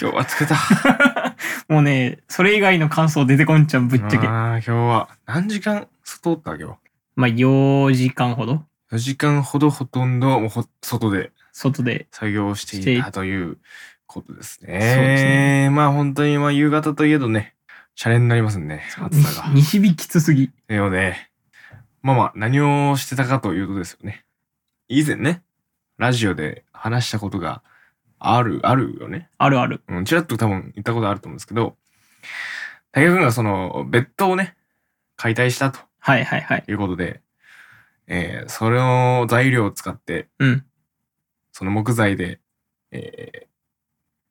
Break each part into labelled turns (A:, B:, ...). A: 今日はつけた。
B: もうね、それ以外の感想出てこんちゃう、 ぶっちゃけ。
A: あー今日は何時間外おった今
B: まあ、4時間ほど、
A: 日。4時間ほどほとんどもうほ外で
B: 外で。
A: 作業して
B: して
A: い
B: い
A: たということですね。
B: すね
A: まあ本当にまあ夕方といえどね、シャレになりますね、暑さが。
B: 西日きつすぎ。
A: でもね、まあまあ何をしてたかというとですよね。以前ね、ラジオで話したことがある、あるよね。
B: あるある。
A: うん、ちらっと多分言ったことあると思うんですけど、武く君がその、ベッドをね、解体したと
B: はいはいはい。
A: いうことで、えー、それの材料を使って、
B: うん。
A: その木材で、えー、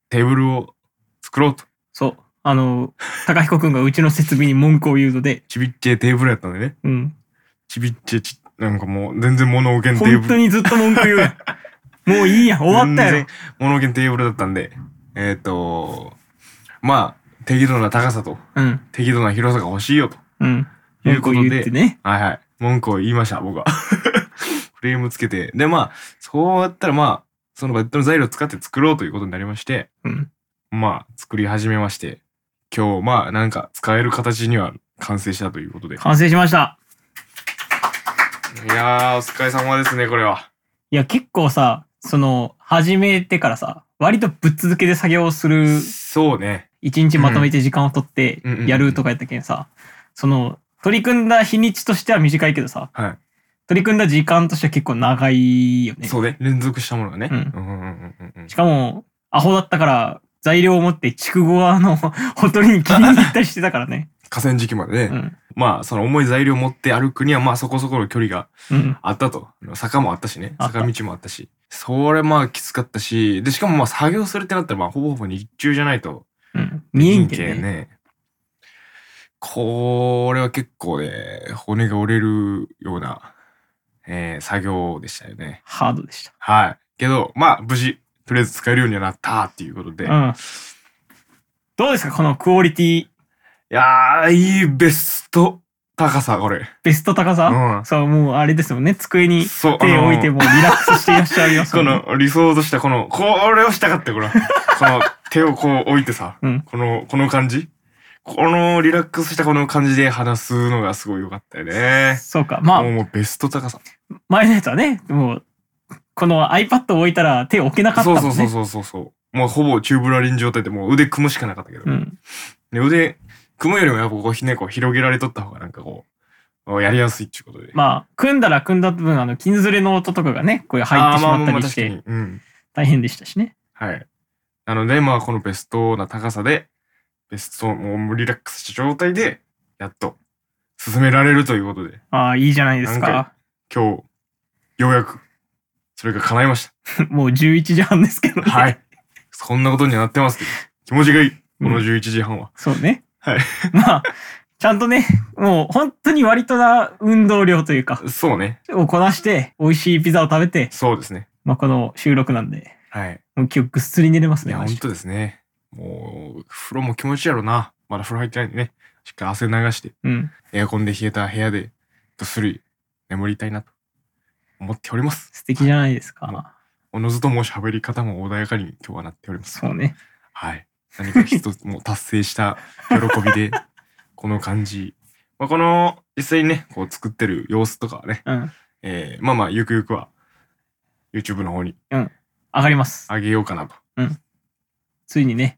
A: テーブルを作ろうと。
B: そう。あの、高彦くんがうちの設備に文句を言うので、
A: ちびっちゃいテーブルやったんでね。
B: うん。
A: ちびっちゃいち、なんかもう全然物置けんテー
B: 本
A: ブ
B: 当
A: ル。
B: にずっと文句言う やん。もういいやん、終わったや
A: 全然
B: ろ。
A: 物置けんテーブルだったんで、えっ、と、まあ、適度な高さと、
B: うん。
A: 適度な広さが欲しいよと。
B: うん。
A: いう
B: 文句
A: こと
B: を
A: で
B: 言ってね。
A: はいはい。文句を言いました、僕は。 クレームつけて。で、まあ、そうやったら、まあ、そのベッドの材料を使って作ろうということになりまして、
B: うん。
A: まあ、作り始めまして、今日、まあ、なんか、使える形には完成したということで。い
B: 完成しました。
A: やー、お疲れ様ですね、これは。
B: いや、結構さ、その、始めてからさ、割とぶっ続けで作業する
A: そうね。
B: 一日まとめて時間を取って
A: うん
B: やるとかやったけんさ、その、取り組んだ日にちとしては短いけどさ、
A: は
B: 取り組んだ時間としては結構長いよ
A: い。
B: ね。
A: そうね。連続したものがね。
B: うん
A: うんうんうんうんうん
B: しかも、アホだったから、材料を持って筑後川の ほとりに切りに行ったりしてたからね。
A: 河川敷までね。
B: うん。
A: まあ、その重い材料を持って歩くには、まあ、そこそこの距離が
B: うん。
A: あったと。あの坂もあったしね。
B: あった
A: 坂道もあったし。それまあきつかったし、で、しかもまあ作業するってなったらまあほぼほぼ日中じゃないと。
B: うん。見えんけ
A: でき
B: ど
A: ん
B: ね。
A: これは結構ね、骨が折れるような、えー作業でしたよね。
B: ハードでした。
A: はい。けど、まあ無事、とりあえず使えるようにはなったっていうことで。
B: う
A: い
B: ん。どうですかこのクオリティ、
A: やー、いいベスト高さ、これ。
B: ベスト高さ、
A: うん
B: そう、もうあれですもんね。机に
A: そう。
B: 手を置いて
A: あの
B: もうリラックスしていらっしゃいま す
A: こ
B: もんね
A: の理想としたこの、これをしたかった、これは。この手をこう置いてさ、
B: うん
A: この、この感じこのリラックスしたこの感じで話すのがすごい良かったよね。
B: そうか。まあ
A: もう、もうベスト高さ。
B: 前のやつはね、もう、この iPad を置いたら手を置けなかった
A: そ
B: も
A: うんそ
B: ね。
A: うそうそうそうそう。もうほぼチューブラリン状態でもう腕組むしかなかったけど。
B: うん。
A: で腕、組むよりもやっぱこうひねこう広げられとった方がなんかこう、やりやすいっていうことで。
B: まあ、組んだら組んだ分、あの、金ずれの音とかがね、こういう入ってしま
A: あー
B: ったりし
A: まあまあまあ
B: て、
A: 確かに。うん。
B: 大変でしたしね。
A: はい。なので、まあ、このベストな高さで、ベスト、もうリラックスした状態で、やっと進められるということで、
B: ああ、いいじゃないで
A: な
B: す
A: ん
B: か。
A: 今日、ようやく、それが叶いまし
B: もう11時半ですけど、
A: た。はい。そんなことにはなってますけど、気持ちがいい、この
B: うん
A: 11時半は。
B: そうね。
A: はい。
B: まあ、ちゃんとね、もう本当に割とな運動量というか、
A: そうね。
B: をこなして、美味しいピザを食べて、
A: そうですね。
B: まあ、この収録なんで、
A: はい。
B: もう今日ぐっすり寝れます
A: い
B: ね。
A: や、
B: マ
A: 本
B: ジで
A: 当ですね。もう、風呂も気持ちいいやろな。まだ風呂入ってないんでね。しっかり汗流して、
B: うん。
A: エアコンで冷えた部屋で、ぐっすり眠りたいなと思っております。
B: 素敵じゃないです
A: もう
B: か。
A: おのずとも喋り方も穏やかに今日はなっております。
B: そうね。
A: はい。何か一つもう達成した喜び で、この感じ。まあ、この、実際にね、こう作ってる様子とかはね、
B: うん。
A: えーまあまあ、ゆくゆくは、YouTube の方に
B: 上がります。
A: あげようかな と。
B: ついにね、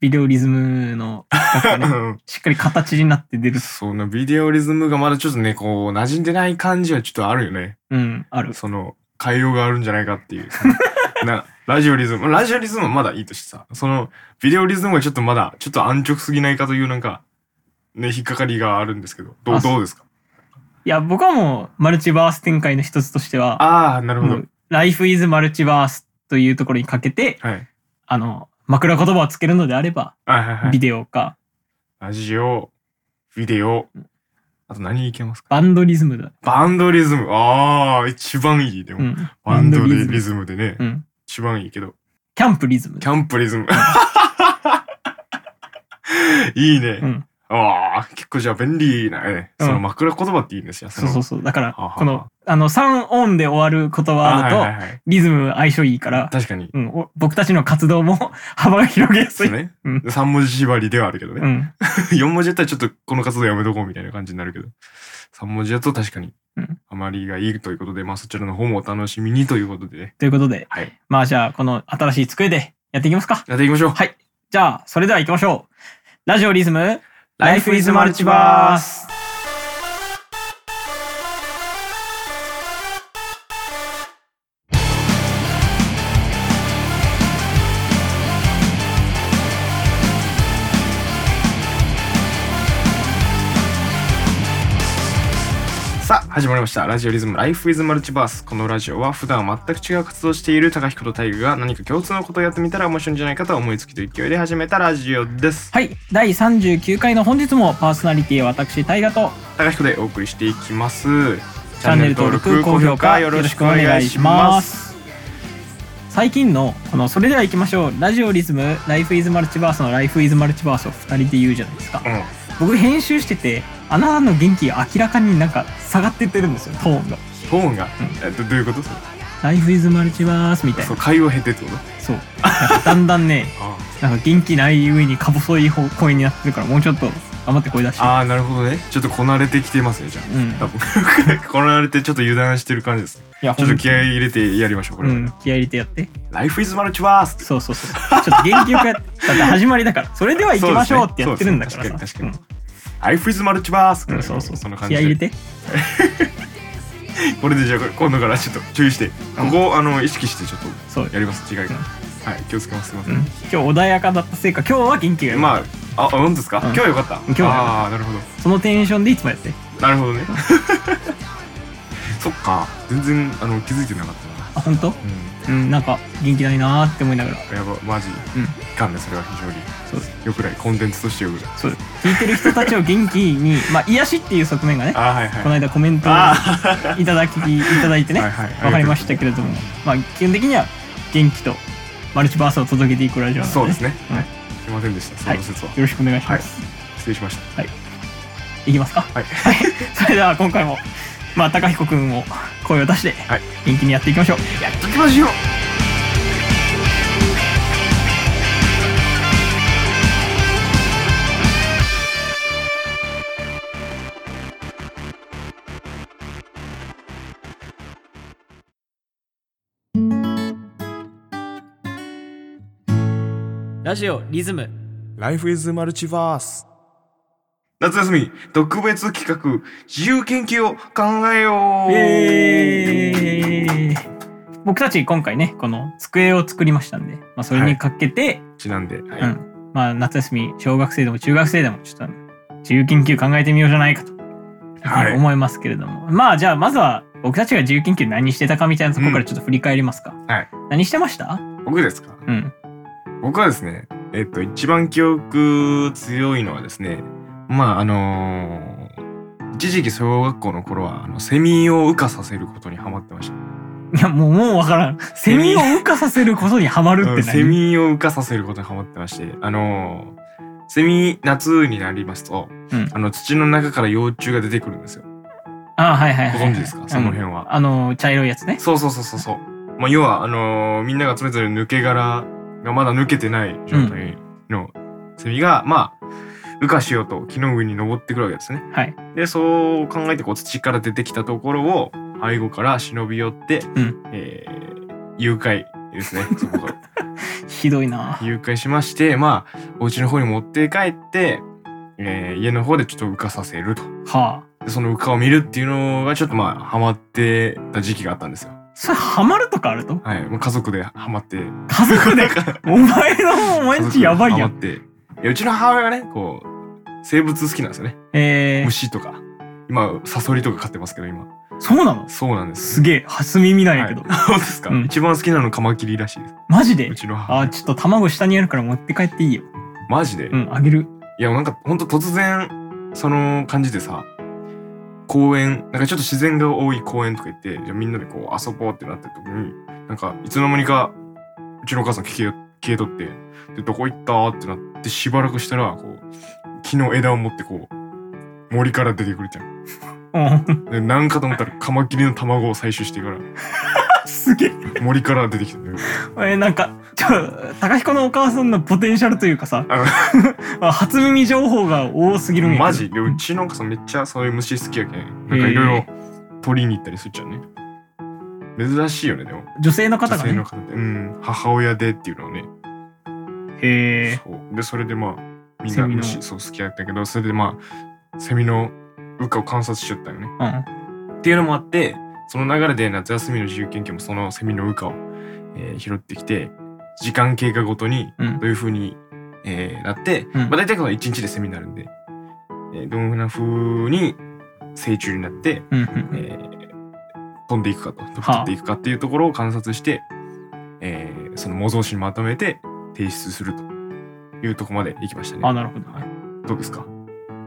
B: ビデオリズムの企画 がね、しっかり形になって出る。
A: そのビデオリズムがまだちょっとね、こう、馴染んでない感じはちょっとあるよね。
B: うん、ある。
A: その、変えようがあるんじゃないかっていう。 そのなラジオリズム、ラジオリズムはまだいいとしてさ、その、ビデオリズムはちょっとまだ、ちょっと安直すぎないかというなんか、ね、引っかかりがあるんですけど、どう
B: あそう
A: どうですか
B: いや、僕はもう、マルチバース展開の一つとしては、
A: ああ、なるほ
B: も
A: ど。
B: う、Life is マルチバースというところにかけて、
A: はい。
B: あの、枕言葉をつけるのであれば、
A: はいはいはい。
B: ビデオか、
A: ラジオ、ビデオ、あと何いけますか
B: バンドリズムだ。
A: バンドリズム。ああ、一番いい。でも、
B: うん。
A: バンドリ
B: バンドリ
A: ズムでね、
B: うん。
A: 一番いいけど。
B: キャンプリズム
A: キ。ャンプリズム。いいね。
B: うん。
A: ああ、結構じゃあ便利な、ええ
B: うん
A: その枕言葉っていいんですよ。
B: そうそうそう。だから
A: はは、
B: この、あの、3音で終わる言
A: あ
B: 葉
A: はいはい
B: だと、
A: はい。
B: リズム相性いいから、
A: 確かに。
B: うん、お僕たちの活動も 幅が広げやす
A: そう
B: い。
A: ね。
B: うん。
A: 3文字縛りではあるけど
B: う
A: ね。
B: ん。
A: 4文字だったらちょっとこの活動やめとこうみたいな感じになるけど、3文字だと確かに
B: うん、
A: あまりがいいということで、まあそちらの方もお楽しみにということでね、
B: ということで、
A: はい。
B: まあじゃあ、この新しい机でやっていきますか。
A: やっていきましょう。
B: はいじゃあ、それでは行きましょう。ラジオリズム、
A: Life is Multiverse さあ始まりましたラジオリズム Life is Multiverse このラジオは普段は全く違う活動をしている高彦と大我が何か共通のことをやってみたら面白いんじゃないかと思いつきと勢いで始めたラジオです
B: はい。第39回の本日もパーソナリティは私、大河と、
A: 高彦でお送りしていきますチ
B: チャンネル登録、高評価よろしくお願いします。最近のこの「それでは行きましょう」ラジオリズム「ライフイズマルチバース」の「ライフイズマルチバース」を2人で言うじゃないですか
A: うん
B: 僕編集しててあなたの元気明らかになんか下がってってるんですよトーンが
A: トーンが、えどどういうこと
B: 「ライフイズマルチバース」みたい
A: そ
B: な
A: う会話減ってってこと
B: そうなんかだんだんね
A: あ
B: なんか元気ない上にか細い方声になってるからもうちょっと頑張って声出して
A: ああーなるほどねちょっとこなれてきてますねじゃ
B: うんい
A: あ多分 こなれてちょっと油断してる感じですね
B: や
A: ちょっと気
B: 合
A: 合い入れてやりましょうこれ
B: う
A: は、
B: ん気合い入れてやって
A: ライフイズマルチバース
B: そうそうそうちょっと元気よくやってだって始まりだからそれでは行きましょうってやってるんだから
A: そうで
B: さ
A: すねそうですね確かに確かにライフイズマルチバース
B: うんうんそうそう
A: そ
B: そ
A: の
B: う
A: 感
B: 気
A: じ
B: 合い入れ
A: で
B: て
A: これでじゃあ今度からちょっと注意してここをあの意識してちょっと
B: そう
A: やります次回から
B: う
A: はい気をつけますすいませ
B: うん
A: ん、
B: 今日穏やかだったせいか今日は元気がよかっ
A: まああ本当ですか、
B: うん
A: 今日はよかった
B: 今日はよか
A: ああーなるほど
B: たそのテンションでいつもやって
A: なるほどね そっか全然あの気づいてなかったな
B: あ本当
A: う
B: うんなんか元気ないなーって思いながら
A: んやばマジ
B: うん
A: いかんねそれは非常に
B: そうです
A: よくないコンテンツとしてよくない
B: そうです聞いてる人たちを元気に まあ癒しっていう側面がね
A: あーはいはい
B: この間コメントを
A: あ
B: いただきいただいてね
A: は
B: わ
A: いはい
B: かりましたけれどもまあ基本的には元気とマルチバースを届けていくラジオ
A: ー
B: な
A: そ
B: の
A: う
B: で
A: で
B: ね
A: すね、
B: うん
A: はいすいませんでしたそ
B: はい
A: の説は、
B: よろしくお願いします
A: 失礼しました
B: いきますか
A: はい
B: はい、 それでは今回も、まあ、高彦くんも声を出して
A: はい、
B: 元気にやっていきましょう。
A: やっときましょう
B: ラジオリズム。
A: Life is Multiverse 夏休み特別企画自由研究を考えよう
B: イエーイ僕たち今回ね、この机を作りましたんで、まあ、それにかけて、
A: ちなんで、はい
B: うん、まあ、夏休み、小学生でも中学生でも、ちょっと、自由研究考えてみようじゃないかと。
A: はい
B: 思いますけれども、まあじゃあまずは僕たちが自由研究何してたかみたいなところからちょっと振り返りますか、
A: はい
B: 何してました
A: 僕ですか
B: うん
A: 僕はですねえっと一番記憶強いのはですねまああのー一時期小学校の頃はあのセミを羽化させることにハマってました
B: いやもうもうわからんセミを羽化させることにハマるって
A: うん
B: 何
A: セミを羽化させることにハマってましてあのーセミ夏になりますと、
B: うん
A: あの土の中から幼虫が出てくるんですよ
B: あはいはいはいはい。
A: ご存知ですかその辺は
B: うんあの、茶色いやつね。
A: そうそうそうそうそうまあ要はあのーみんながそれぞれ抜け殻がまだ抜けてない状態のセミが、まあ羽化しようと木の上に登ってくるわけですね
B: はい。
A: でそう考えてこう土から出てきたところを背後から忍び寄って、
B: うん
A: えー誘拐ですねそこが
B: ひどいな。
A: 誘拐しましてまあお家の方に持って帰って、えー家の方でちょっと浮かさせると
B: は
A: でその浮かを見るっていうのがちょっとまあハマってた時期があったんですよ
B: あ。それ、ハマるとかあ ると
A: はい、もう家族でハマって
B: 家族で。お前のお前んちやばいや
A: 家
B: ん。
A: 族でハマっていやうちの母親がねこう生物好きなんですよね
B: えー、
A: 虫とか今サソリとか飼ってますけど今
B: そうなの
A: そうなんです
B: すげえ、初耳なんやけど。
A: はい、 そうですか、
B: うん
A: 一番好きなのカマキリらしいです
B: マジで
A: うちの母
B: あ、ちょっと卵下にあるから持って帰っていいよ。
A: マジで、
B: う
A: い
B: ん、あげる。
A: やなんかほんと突然その感じでさ公園なんかちょっと自然が多い公園とか行ってじゃあみんなでこう遊ぼうってなった時になんかいつの間にかうちのお母さん駆け寄消えとって、で、どこ行ったってなって、しばらくしたら、こう、木の枝を持ってこう、森から出てくるじゃん。
B: うん。
A: で、なんかと思ったら、カマキリの卵を採取してから、
B: すげえ。
A: 森から出てきた。
B: え、なんか、ちょ、高彦のお母さんのポテンシャルというかさ、
A: あ
B: あ初耳情報が多すぎるん
A: の
B: やけど
A: マジで、うちのお母さんめっちゃそういう虫好きやけん。なんかいろいろ取りに行ったりするじゃんね。珍しいよね、でも。
B: 女性の方
A: 女
B: が
A: 性
B: ね
A: の。方で。うん。母親でっていうのをね。
B: へえ。
A: そうでそれでまあみん
B: セ
A: な
B: ミの
A: 虫そう好きやったけどそれでまあセミの羽化を観察しちゃったよね。
B: うん。
A: っていうのもあってその流れで夏休みの自由研究もそのセミの羽化を、えー拾ってきて時間経過ごとに
B: うん
A: どういう風に、えーなって、
B: うん
A: まあ、大体この1日でセミになるんで、えーどんな風に成虫になって、
B: うんうん
A: えー飛んでいくかと太っていくかっていうところを観察して、えーその模造紙にまとめて提出するというとこまで行きました
B: うん。あ、
A: ね。
B: なるほど。はい
A: どうですか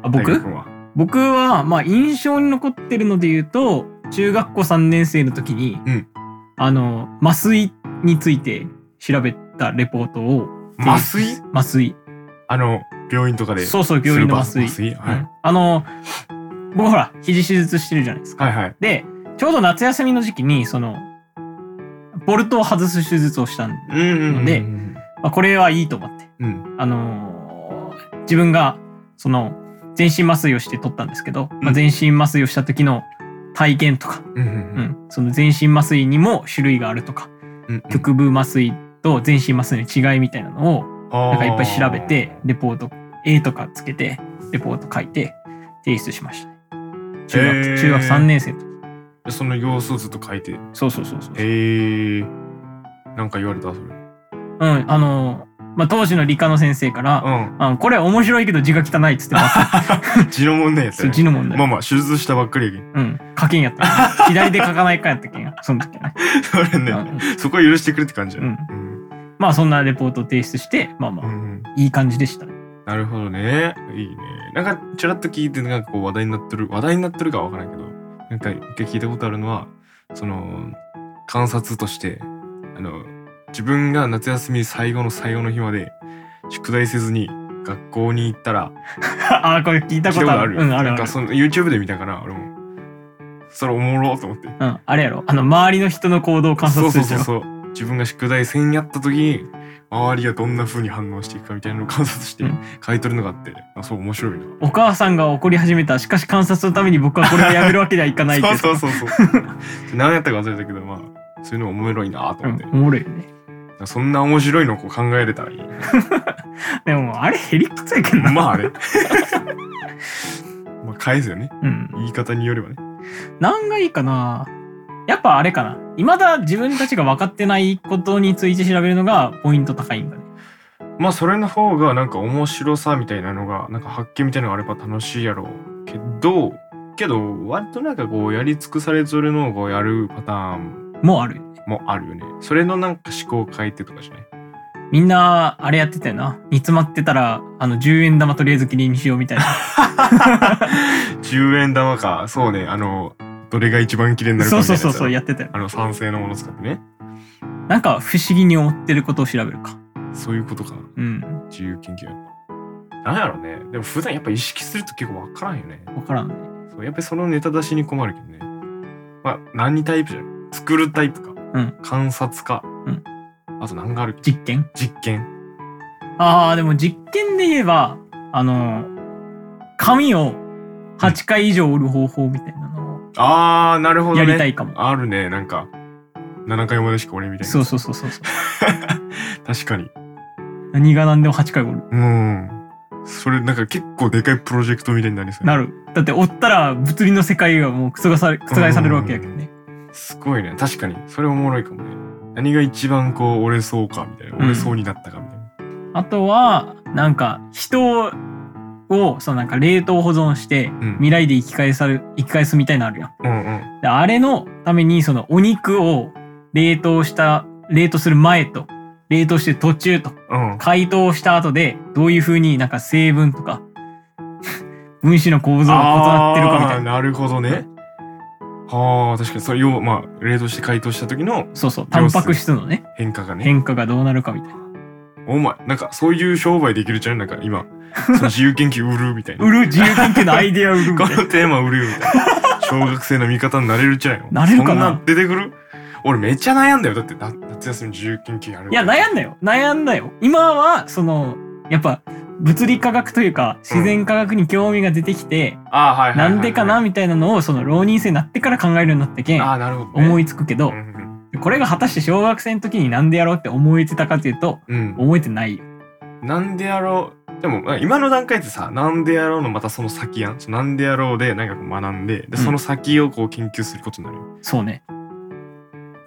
B: あ、
A: 大
B: 僕
A: 学君は
B: 僕は、まあ、印象に残ってるので言うと、中学校3年生の時に、
A: うん
B: あの、麻酔について調べたレポートを、
A: 麻酔
B: 麻酔。
A: あの病院とかで
B: そうそう、病院の麻酔。
A: スーパー麻
B: う
A: 酔
B: んあの、僕ほら、肘手術してるじゃないですか。
A: はい、はいはい
B: で、ちょうど夏休みの時期に、その、ボルトを外す手術をしたんで、
A: うんうんうん
B: で
A: うん
B: まあ、これはいいと思って。
A: うん
B: あのー自分がその全身麻酔をして撮ったんですけど、ま
A: う
B: あ、
A: ん
B: 全身麻酔をした時の体験とか、
A: うんうん
B: うんその全身麻酔にも種類があるとか
A: うん
B: 局部麻酔と全身麻酔の違いみたいなのをなんかいっぱい調べてレポート絵とかつけてレポート書いて提出しましたね中学,、
A: へー
B: 中学3年生と
A: あーその様子をずっと書いてへ
B: そうそうそうそう、
A: えなんか言われたそれうん
B: うんあのーまあ、当時の理科の先生から、あのこれ面白いけど字が汚いっつってます。
A: 字の問題やった
B: そう
A: ね
B: 字の問題
A: まあ。まあ手術したばっかりやけん
B: うん、書けんやった。左で書かないかやったけんや、その時はね。
A: それ
B: う
A: ね
B: ん
A: そこは許してくれって感じやね
B: まあそんなレポートを提出して、まあま
A: うんう
B: あ、
A: んうん
B: いい感じでした。
A: なるほどね。いいね。なんか、ちらっと聞いて、なんかこう話題になってる、話題になってるかはわからんけど、なんか一回聞いたことあるのは、その、観察として、あの、自分が夏休み最後の最後の日まで、宿題せずに学校に行ったら、
B: ああ、これ聞いた
A: 聞いたこと
B: こ
A: と
B: あ
A: ある
B: る。
A: よ。
B: うん、ある
A: な
B: あ
A: ん
B: る
A: か。その YouTube で見たから、俺も、それおもろと思って。
B: うん、あれやろ。あの、周りの人の行動を観
A: そ
B: 察
A: う
B: す
A: そう
B: るじ
A: そ
B: ゃ。
A: うんそう。自分が宿題せんやった時に、周りがどんな風に反応していくかみたいなのを 観察して
B: うん
A: 書いとるのがあって、あそう面白いな。
B: お母さんが怒り始めた。しかし観察のために僕はこれをやめる わけにはいかないって。
A: そうそうそう そう。何やったか忘れたけど、まあ、そういうのおもろいなと
B: う
A: 思
B: ん
A: って、、
B: おもろいよね。
A: そんな面白いのをこう考えれたらいい。
B: でも、あれ、へりくつやけんな。
A: まああれ。 まあ返すよね。
B: うん。
A: 言い方によればね。
B: 何がいいかなやっぱあれかな。未だ自分たちが分かってないことについて調べるのがポイント高いんだね。
A: まあそれの方がなんか面白さみたいなのが、なんか発見みたいなのがあれば楽しいやろうけど、けど割となんかこうやり尽くされそれのをこうやるパターン
B: もうあるよね。
A: もあるよね。それのなんか思考を変えてとかじゃない。
B: みんな、あれやってたよな。煮詰まってたら、あの、10円玉とりあえず切りにしようみたいな。
A: 10円玉か、そうね、あの、どれが一番綺麗になるか
B: そう
A: みたいな
B: そう
A: やつ
B: そうそう、
A: だ
B: やってたよ。
A: あの酸性のもの使ってね。
B: なんか、不思議に思ってることを調べるか。
A: そういうことか。
B: うん。
A: 自由研究やっぱ。なんやろね。でも普段やっぱ意識すると結構わからんよね。
B: わからんね。
A: そうやっぱりそのネタ出しに困るけどね。まあ何タイプじゃん。作るタイプか。
B: ん
A: 観察か。
B: うん
A: あと何があるっけ
B: 実験
A: 実験。
B: ああ、でも実験で言えば、あの、紙を8回以上折る方法みたいなの
A: あー、なるほ
B: を
A: ど
B: や
A: ね。
B: りたいかも。
A: あるね。なんか、7回までしか俺みたいな。
B: そうそうそうそうそう。
A: 確かに。
B: 何が何でも8回折る。
A: うん。それなんか結構でかいプロジェクトみたいになりそう。
B: なる。だって折ったら物理の世界がもう覆され、覆されるわけやけどね。
A: すごいね。確かに。それおもろいかもね。何が一番こう折れそうかみたいな。折れそうになったかみたいな。
B: あとは、なんか、人を、そのなんか冷凍保存して、
A: ん
B: 未来で生き返さる、生き返すみたいなのあるやん。
A: うんうん。
B: であれのために、そのお肉を冷凍した、冷凍する前と、冷凍してる途中と、
A: うん。
B: 解凍した後で、どういう風になんか成分とか、 分子の構造が異なってるかみた
A: あー
B: いな。
A: なるほどね。はあ、確かに、それ、要は、まあ、冷凍して解凍した時の
B: そうそう、タンパク質のね、
A: 変化がね。
B: 変化がどうなるかみたいな。
A: お前、なんかそういう商売できるじゃんなんか今、その自由研究売るみたいな。
B: 売る自由研究のアイディア売るみ
A: こ
B: たいな
A: のテーマ売るよみたいな。小学生の味方になれるじゃんよ。
B: なれるかな
A: そんな出てくる俺めっちゃ悩んだよ。だってな夏休み自由研究やる。
B: いや
A: い。
B: 悩んだよ悩んだよ今はそのやっぱ物理科学というか自然科学に興味が出てきて、
A: ああ、はい、はいはい
B: な
A: はい
B: んでかなみたいなのをその浪人生になってから考えるようになってけん
A: ああ、なるほど、ね。
B: 思
A: い
B: いつくけど
A: う、ん
B: これが果たして小学生の時になんでやろうって思えてたかというと
A: うん。
B: 思えてないよ
A: うん。なんでやろう。でも、まあ今の段階ってさ、なんでやろうのまたその先やん。そのなんでやろうで、なんかこう学んで、で、その先をこう研究することになるよ。
B: そうね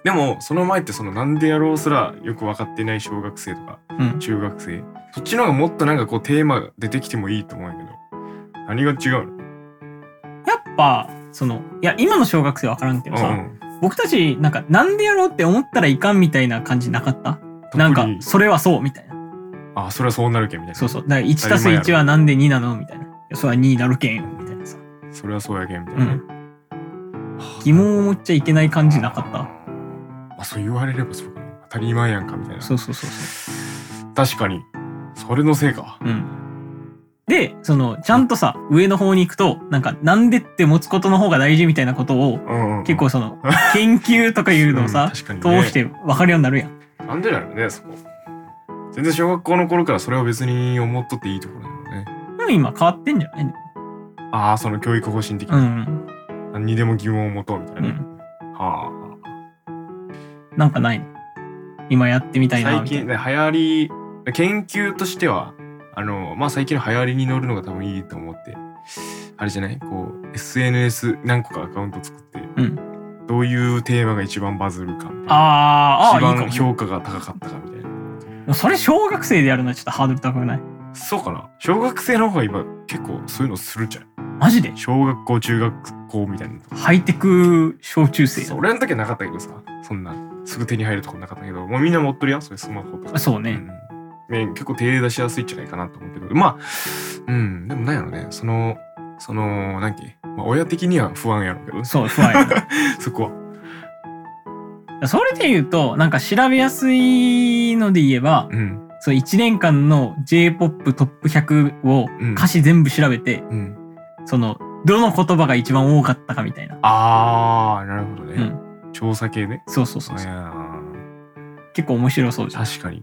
A: でも、その前ってそのなんでやろうすらよく分かってない小学生とか、
B: うん
A: 中学生。そっちの方がもっとなんかこうテーマが出てきてもいいと思うんやけど。何が違うの
B: やっぱそのいや今の小学生わからんけどさ、
A: うん
B: 僕たちなんかなんでやろうって思ったらいかんみたいな感じなかった
A: 特に
B: なんかそれはそうみたいな
A: あ、それはそうなるけんみたいな。
B: そうそうだから1たす1はなんで2なのみたいないやそれは2になるけんみたいなさ、
A: それはそうやけんみたいうなね。
B: ん、疑問を持っちゃいけない感じなかった
A: あ、そう言われればそうか。当たり前やんかみたいな。
B: そうそうそうそ
A: 確かに。それのせいか。
B: ううんでそのちゃんとさ上の方に行くとなんかなんでって持つことの方が大事みたいなこと
A: う
B: を
A: んうん、
B: 結構その研究とかいうのをさ、
A: うん確かにね
B: 通して分かるようになるやん
A: なんでだろうねそこ全然小学校の頃からそれは別に思っとっていいところだよね
B: でも今変わってんじゃない
A: ああその教育方針的
B: う
A: に、
B: ん
A: 何にでも疑問を持とうみたい
B: うん、う
A: な、
B: ん、
A: はあ
B: なんかないの今やってみたいな
A: 最
B: みたい
A: 近
B: な
A: ね流行り研究としてはあのまあ最近の流行りに乗るのが多分いいと思ってあれじゃないこう SNS 何個かアカウント作って、
B: うん
A: どういうテーマが一番バズるかみたいな
B: あーあ
A: 一
B: ーいいかも
A: 番
B: しれ
A: 評価が高かったかみたいな
B: ないそれ小学生でやるのはちょっとハードル高くない
A: そうかな小学生の方が今結構そういうのするじゃん
B: マジで
A: 小学校中学校みたいなとこ
B: ハイテク小中生
A: そう俺の時はなかったけどさそんなすぐ手に入るとこなかったけどもうみんな持っとるやんそれスマホとか
B: そう
A: う
B: ね、
A: んね結構手出しやすいんじゃないかなと思うけどまあうんでもなんやろねそのその何け、まあ、親的には不安やろうけど
B: そう不安やな
A: そこは
B: それで言うと、なんか調べやすいので言えば、
A: うん
B: そう1年間の J-POP トップ100を
A: うん
B: 歌詞全部調べて、
A: うん
B: その、どの言葉が一番多かったかみたいな。
A: あーなるほどね、
B: うん。
A: 調査系ね
B: そうそうそう
A: い
B: そう。
A: や
B: 結構面白そう
A: ー
B: じゃん。
A: 確かに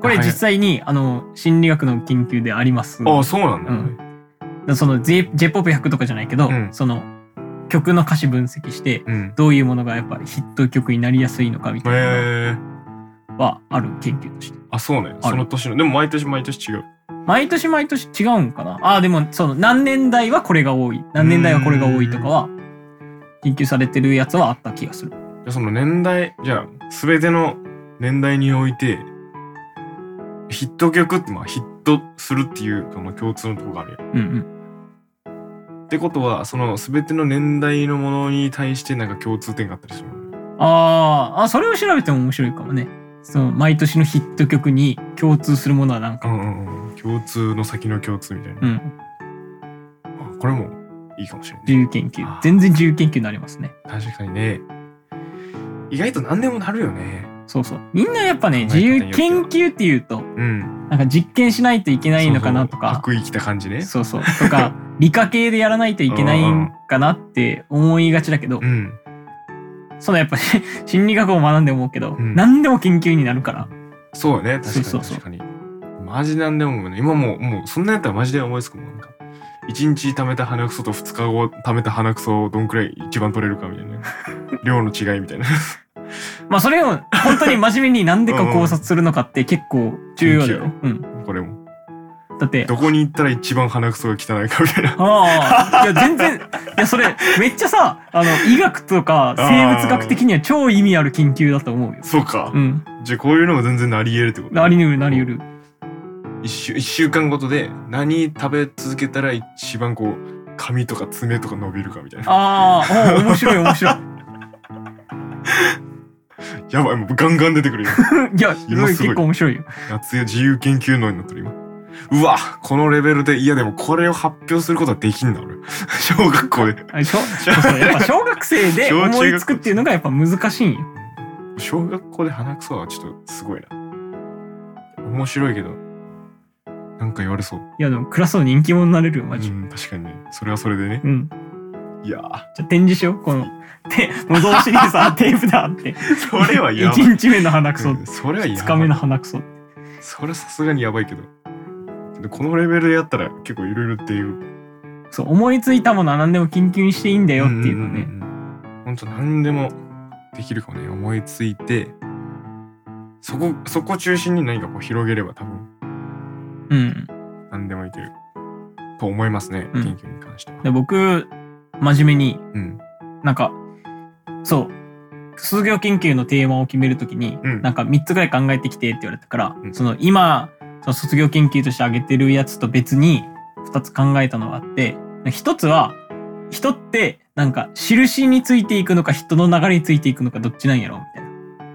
B: これ実際に、あの、心理学の研究であります。
A: ああそうなんだ、ね
B: その J- J-POP100 とかじゃないけど、
A: うん
B: その、曲の歌詞分析して、
A: うん、
B: どういうものがやっぱヒット曲になりやすいのかみたいなの
A: え
B: はある研究として。
A: あそうねその年のでも毎年毎年違う
B: 毎年毎年違うんかなああでもその何年代はこれが多い何年代はこれが多いとかは研究されてるやつはあった気がする
A: じゃあその年代じゃあ全ての年代においてヒット曲ってまあヒットするっていうその共通のとこがあるやん。
B: うんうん
A: ってことはその全ての年代のものに対してなんか共通点があったりするの
B: あーあそれを調べても面白いかもねその毎年のヒット曲に共通するものはなん
A: う
B: か
A: んうんうん共通の先の共通みたいな、
B: うん
A: あこれもいいかもしれ
B: 自
A: ない
B: 由研究全然自由研究になりますね
A: 確かにね意外と何でもなるよね
B: そうそうみんなやっぱね
A: 考
B: 自
A: え方によ
B: 由
A: っては
B: 研究っていうと
A: うん
B: なんか実験しないといけないのかなとか
A: そうそう悪意きた感じね
B: そうそうとか理科系でやらないといけないんかなって思いがちだけど
A: うん
B: そのやっぱり 心理学を学んで思うけど、
A: うん
B: 何でも研究になるから。
A: そうよね、
B: そ
A: 確
B: う
A: か
B: そう
A: に
B: そう
A: 確かに。マジなんでもね、今もう、もうそんなんやったらマジで思いつくもん。なんか、一日貯めた鼻くそと二日後貯めた鼻くそをどんくらい一番取れるかみたい な。量の違いみたいな。
B: まあそれを本当に真面目に何でか考察するのかって結構重要だよね。うん。
A: これも。
B: だって、
A: どこに行ったら一番鼻くそが汚いかみたいな。
B: ああ、いや全然、いやそれめっちゃさ、あの医学とか生物学的には超意味ある研究だと思うよ。
A: そうか
B: う。ん。
A: じゃあこういうのも全然なり得るってことね
B: なりうるなりうる。
A: 一週一週間ごとで何食べ続けたら一番こう、髪とか爪とか伸びるかみたいな。
B: ああ、おう面白い面白い。
A: やばい、もうガンガン出てくるよ。
B: いや、
A: 今すごい
B: 結構面白いよ。
A: 夏や自由研究能になってる今うわこのレベルでいやでもこれを発表することはできんだ俺 小学校で
B: あれ しょそうそうやっぱ小学生で
A: 小中学
B: 思いつくっていうのがやっぱ難しいんよ。
A: 小学校で鼻くそはちょっとすごいな面白いけど、なんか言われそう。
B: いやでもクラスの人気者になれるよマジ、
A: うん、確かにね。それはそれでね。
B: うん、
A: いやー、
B: じゃあ展示しようこのて模造シリーズはテープだって
A: それはやばい。
B: 1日目の鼻くそ
A: うんそれはやばい。
B: 2日目の鼻くそ
A: それはさすがにやばいけど。でこのレベルでやったら結構いろいろっていう。
B: そう思いついたものは何でも緊急にしていいんだよっていうのね、
A: んんうんうん。ほんと何でもできるかもね。思いついて、そこ、そこ中心に何かこう広げれば多分
B: うん
A: 何でもいける。と思いますね。
B: うん
A: 研究に関しては。
B: で僕真面目に
A: うん。
B: なんかそう卒業研究のテーマを決めるときに、
A: うん
B: なんか3つぐらい考えてきてって言われたから、
A: うん
B: その今その卒業研究として挙げてるやつと別に2つ考えたのがあって1つは人ってなんか印についていくのか人の流れについていくのかどっちなんやろみたいな。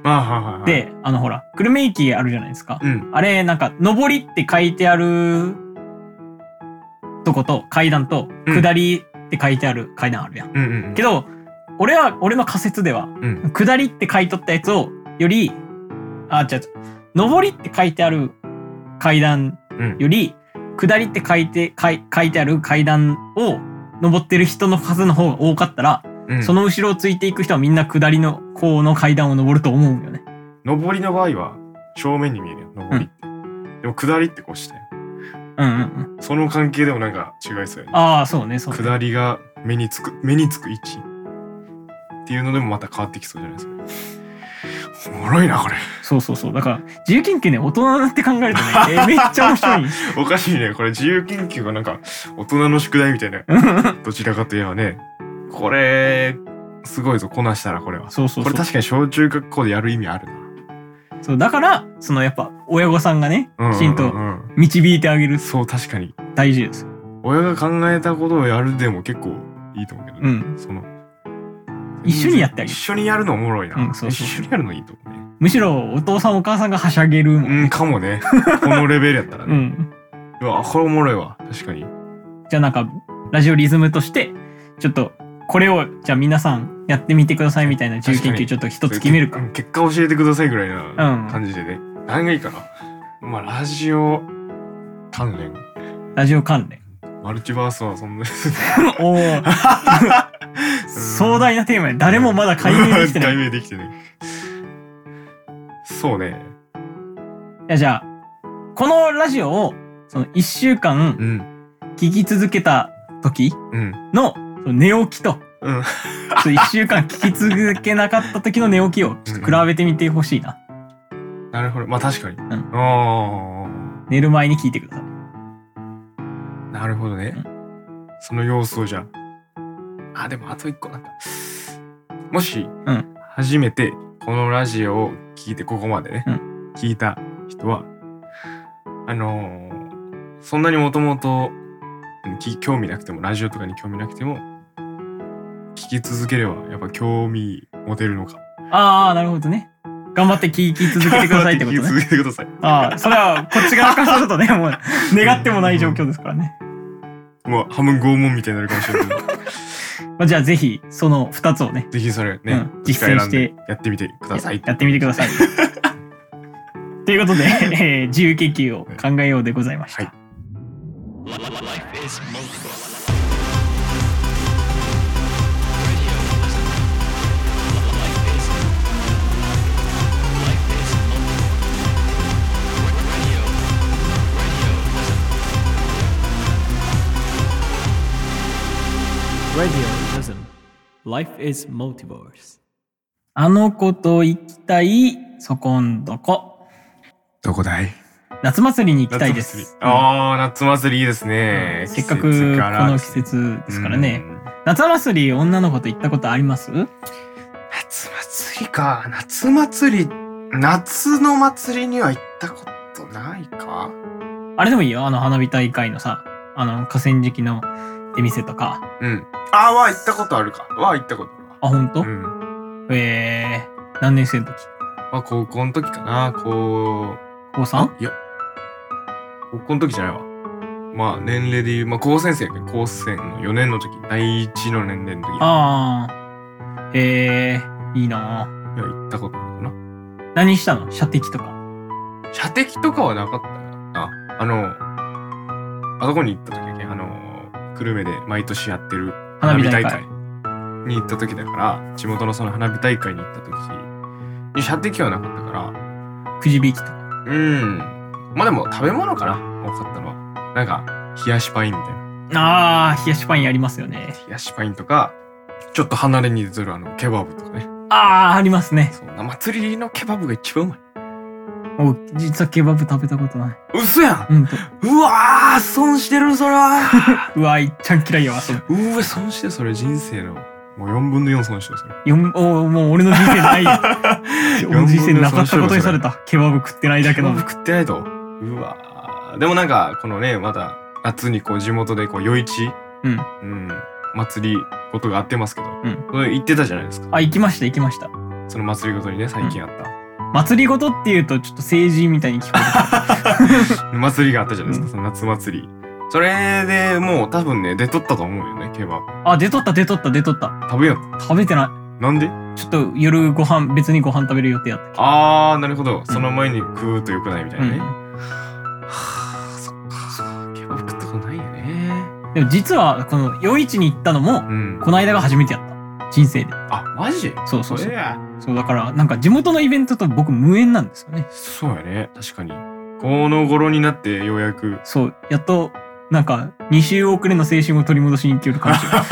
A: ああ、はいはいはい。、
B: であのほら久留米駅あるじゃないですか。
A: うん。
B: あれなんか上りって書いてあるとこと階段と
A: うん
B: 下りって書いてある階段あるやん。
A: うんうんうん。
B: け
A: ど、
B: ど俺は俺の仮説では
A: うん。
B: 下りって書いとったやつをよりあ違う違う上りって書いてある階段
A: うん。
B: より下りって書いて書い書いてある階段を登ってる人の数の方が多かったら、
A: うん、
B: その後ろをついていく人はみんな下りの方の階段を登ると思うよね。
A: 上りの場合は正面に見えるよ上りって、でも下りってこうして
B: うんうんうん。
A: その関係でもなんか違いそうやね
B: ああそうねそうね。
A: 下りが目につく目につく位置っていうのでもまた変わってきそうじゃないですかおもろいなこれ
B: そうそうそう。だから、自由研究ね、大人になって考えると ね、えーめっちゃ面白い。
A: おかしいねこれ自由研究がなんか大人の宿題みたい などちらかといえばねこれすごいぞこなしたらこれは
B: そうそう
A: こ
B: そ
A: れ
B: う。
A: 確かに小中学校でやる意味あるな
B: そうだから、そのやっぱ、親御さんがね、
A: うんうんうん
B: きちんと導いてあげる、
A: そう確かに
B: 大事です。
A: 親が考えたことをやるでも結構いいと思うけどね、
B: うん。
A: その
B: 一緒にやってあげる
A: 一緒にやるのおもろいな、
B: うんそうそ
A: 一
B: う
A: 緒にやるのいいと思うね
B: むしろ、お父さんお母さんがはしゃげるもん。
A: うんかも ねこのレベルやったら
B: う
A: ね、
B: ん。
A: うわこれおもろいわ確かに
B: じゃあなんか、ラジオリズムとして、ちょっと、これを、じゃあ皆さんやってみてくださいみたいな自由研
A: 確か
B: 究
A: に
B: ちょっと一つ決める
A: う
B: か。
A: ん結果教えてくださいぐらい
B: うん
A: な感じでね、何がいいかなまあラジオ関連
B: ラジオ関連。
A: マルチバースはそんな。
B: おー壮大なテーマで、 誰もまだ解明できてない
A: 解明できてないそうね
B: いやじゃあ、このラジオを、その一週
A: う
B: 間
A: ん
B: 聞き続けた時
A: うん
B: の、その寝起きと、
A: うん
B: その一週間聞き続けなかった時の寝起きを、ちょっと比べてみてほしいな。
A: なるほどまあ確かに、うんああ
B: 寝る前に聞いてください。
A: なるほどね。
B: う
A: その様子をじゃあ。あ、でもあと一個なんか。もし、
B: うん
A: 初めてこのラジオを聞いて、ここまでね、
B: う
A: 聞いた人は、あのーそんなにもともとき興味なくても、ラジオとかに興味なくても、聞き続ければ、やっぱ興味持てるのか。
B: ああ、なるほどね。頑張って聞き続けてくださいってこ と
A: 聞き
B: ね。
A: 続けてください。
B: ああ、それはこっち側からするとね、もう願ってもない状況ですからね。
A: もう、半分拷問みたいになるかもしれない けど。
B: まあ、じゃあぜひ、その二つをね、
A: ぜひそれね、
B: うん
A: 機会選んで
B: 実践し
A: やってみてください。
B: やってみてください。とい うことで、えー自由研究を考えようでございました。
A: はい
B: あの子と行きたい、そこんどこ。
A: どこだい
B: 夏祭りに行きたいです。
A: 夏祭りああ、夏祭りいいですね。
B: せっかくこの季節ですからね。。夏祭り、女の子と行ったことあります
A: 夏祭りか。夏祭り、夏の祭りには行ったことないか。
B: あれでもいいよ、あの花火大会のさ、あの河川敷の出店とか。
A: うん。ああ、は行ったことあるか。は行ったことあ
B: あ、ほんと、
A: るわ。うん。
B: えー、何年生の時
A: まあ、高校の時かな。こ
B: 高 3?
A: う、いや、高校の時じゃないわ。まあ、年齢で言う、まあ、高専生やけど高専の4年の時、第一の年齢の時。
B: ああ。えー、いいなぁ
A: いや、行ったことあるかな。
B: 何したの射的とか。
A: 射的とかはなかったな。あ、あの、あそこに行った時だっけあの、久留米で毎年やってる
B: 花火大会。
A: に行った時だから、地元のその花火大会に行った時に射的はなかったから、
B: くじ引きとか。
A: うん。まあでも食べ物かな多かったのは。なんか、冷やしパインみたいな。
B: あー、冷やしパインやりますよね。
A: 冷やしパインとか、ちょっと離れに出てるあの、ケバブとかね。
B: あー、ありますね。
A: そう、生祭りのケバブが一番うまい。
B: お実はケバブ食べたことない。
A: 嘘やん
B: うんと。
A: うわー損してるそれは
B: うわ、いっちゃん嫌いやわ、それ。
A: うーわ損してるそれ人生のもう4分の4損してるそ れ
B: よんおーもう俺の人生 ないよ。俺の人生なかったことにされ
A: た
B: た。ケバブ食ってないだけなのに。
A: 食ってないとうわーでもなんかこのねまだ夏にこう地元でこう夜市
B: うん、
A: うん、祭りことがあってますけど、
B: ん
A: それ行ってたじゃないですか
B: あ、行きました、行きました。
A: その祭りごとにね最近あった、
B: 祭りごとっていうと、ちょっと政治みたいに聞こ
A: 祭りがあったじゃないですか、
B: うん
A: その夏祭りそれでもう多分ね出とったと思うよねケバブ
B: える。あ、出とった、出とった、出とった。
A: 食べよう
B: 食べてな
A: なんで
B: い。ちょっと夜ご飯、別にご飯食べる予定やったっけ。
A: あーなるほどその前に食うとよくないみたいなね、
B: うん
A: はあ、そっか。ケバブ食ったことないよね。
B: でも実は、この夜市に行ったのも、
A: うん。
B: この間が初めてやった。人生で。
A: あ、マジ
B: そうそ
A: そ
B: うそう
A: れ。や。
B: そう、だから、なんか地元のイベントと僕無縁なんですよね。
A: そうやね。確かに。この頃になってようや く。
B: そう、やっと、なんか、2週遅れの青春を取り戻しに行け る感じが。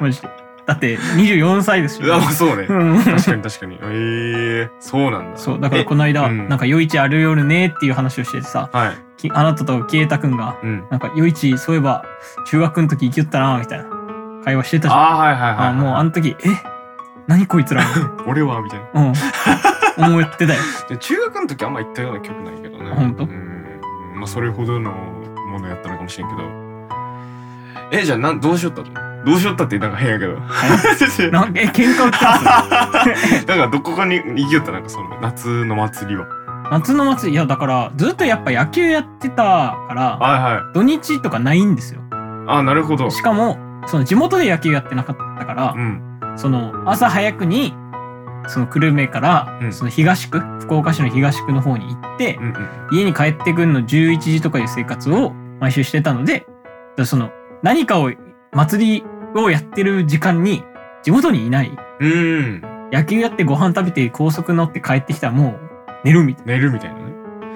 B: マジで。だって、24歳です
A: うわ
B: よ。
A: そうね
B: う。ん
A: 確かに確かに。ええそうなんだ。
B: そう、だからこ
A: の。
B: の間、
A: うん
B: なんか、夜市あるよるねっていう話をしててさ、
A: はい。
B: きあなたと圭太くんが、
A: うん。
B: なんか、夜市、そういえば、中学の時行きよったな、みたいな会話してたじゃん。
A: あーはいはいはい。
B: あもう、あの時、え何こ いつら。
A: 俺はみたいな。
B: うん。思ってたよ。
A: で中学の時あんま行ったような曲ないけどね。
B: ほんと
A: うん。まあ、それほどのものやったのかもしれんけど。え、じゃあなん、どうしよったのどうしよったってなんか変やけど。
B: なんえ、喧嘩売ってます
A: だからどこかに行きよったなんかその夏の祭りは。
B: 夏の祭り、いや、だから、ずっとやっぱ野球やってたから、
A: はいはい。
B: 土日とかないんですよ。
A: あなるほど。
B: しかも、その地元で野球やってなかったから
A: う、ん。
B: その朝早くに、その久留米から
A: う、ん
B: その東区、福岡市の東区の方に行って
A: う、んうん。
B: 家に帰ってくるの11時とかいう生活を毎週してたので、その何かを、祭りをやってる時間に地元にいない、
A: うーん。
B: 野球やってご飯食べて高速乗って帰ってきたらもう寝るみたい
A: 寝るみたいなね。
B: な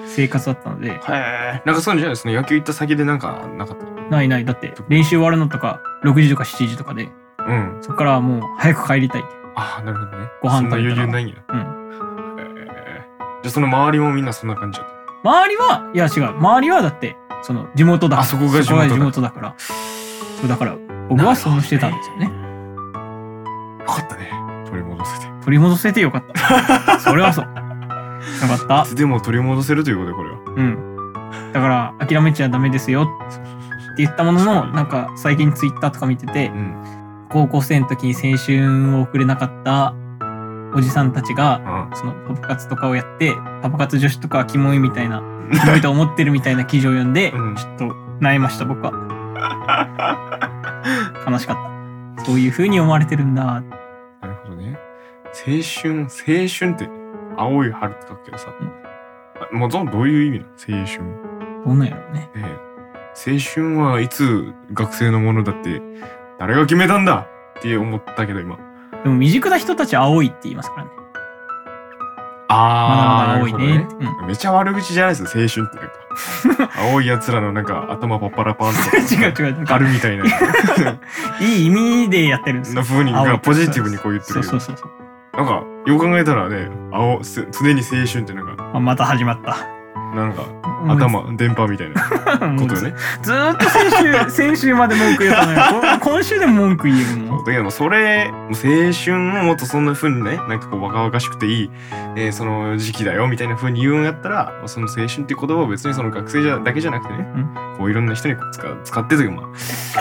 B: 生活だったので、
A: へえ。なんかそういうのじゃないその野球行った先でなんかなかっ
B: ないない、だって練習終わるのとか6時とか7時とかで、
A: た。うん。
B: そっからはもう早く帰りたい。
A: ああなるほどね。
B: ご飯
A: そんな余
B: 食べたら
A: 裕ないんや。へ
B: うん。
A: え。じゃあその周りもみんなそんな感じだった。
B: 周りは、いや違う、周りはだって、その地元だ
A: あそこが地元だ
B: そだから。そうだから、僕はそうしてたんですよね。
A: よかったね。取り戻せて。い
B: 取り戻せてよ かった。それはそう。よかった。
A: つでも取り戻せるということでこれは。
B: うん。だから、諦めちゃダメですよって言ったものの、なんか最近ツイッターとか見てて
A: う、ん。
B: 高校生の時に青春を送れなかったおじさんたちが、
A: うん。
B: そのパパ活とかをやって、パパ活女子とかはキモいみたいな、キモいと思ってるみたいな記事を読んで、
A: うん
B: ちょっと萎えました、僕は。悲しかった。そういう風に思われてるんだ。
A: なるほどね。青春、青春って青い春って書くけどさ。あもうどどういう意味なの青春。
B: どうなんやろうね。
A: ねえ青春はいつ学生のものだって誰が決めたんだって思ったけど今
B: でも未熟な人たちは青いって言いますからね。まだまだ青い
A: なる
B: ね
A: ほ。
B: う
A: ど
B: ん。
A: ねめちゃ悪口じゃないですよ青春ってなん か青いやつらのなんか頭パッパラパンとか
B: 違う違う。なんか
A: 春みた いな
B: いい意味でやってるんですよ
A: の。風に
B: 青い
A: がポジティブにこう言ってるけど
B: そうそうそうそう。
A: なんかよく考えたらね青す常に青春ってなんか
B: あまた始まった。
A: なんか頭電波みたいな
B: も
A: こ
B: う
A: と
B: ず
A: よね。
B: ずーっと 先週、先週まで文句言ったのよ。こ今週でも文句言えるも。
A: そうんだけどもそれもう青春をもっとそんな風にねなんかこう若々しくていい、えーその時期だよみたいな風に言うんやったらその青春っていう言葉を別にその学生じゃだけじゃなくてね、
B: うん
A: こういろんな人にこう使う使ってというか、ま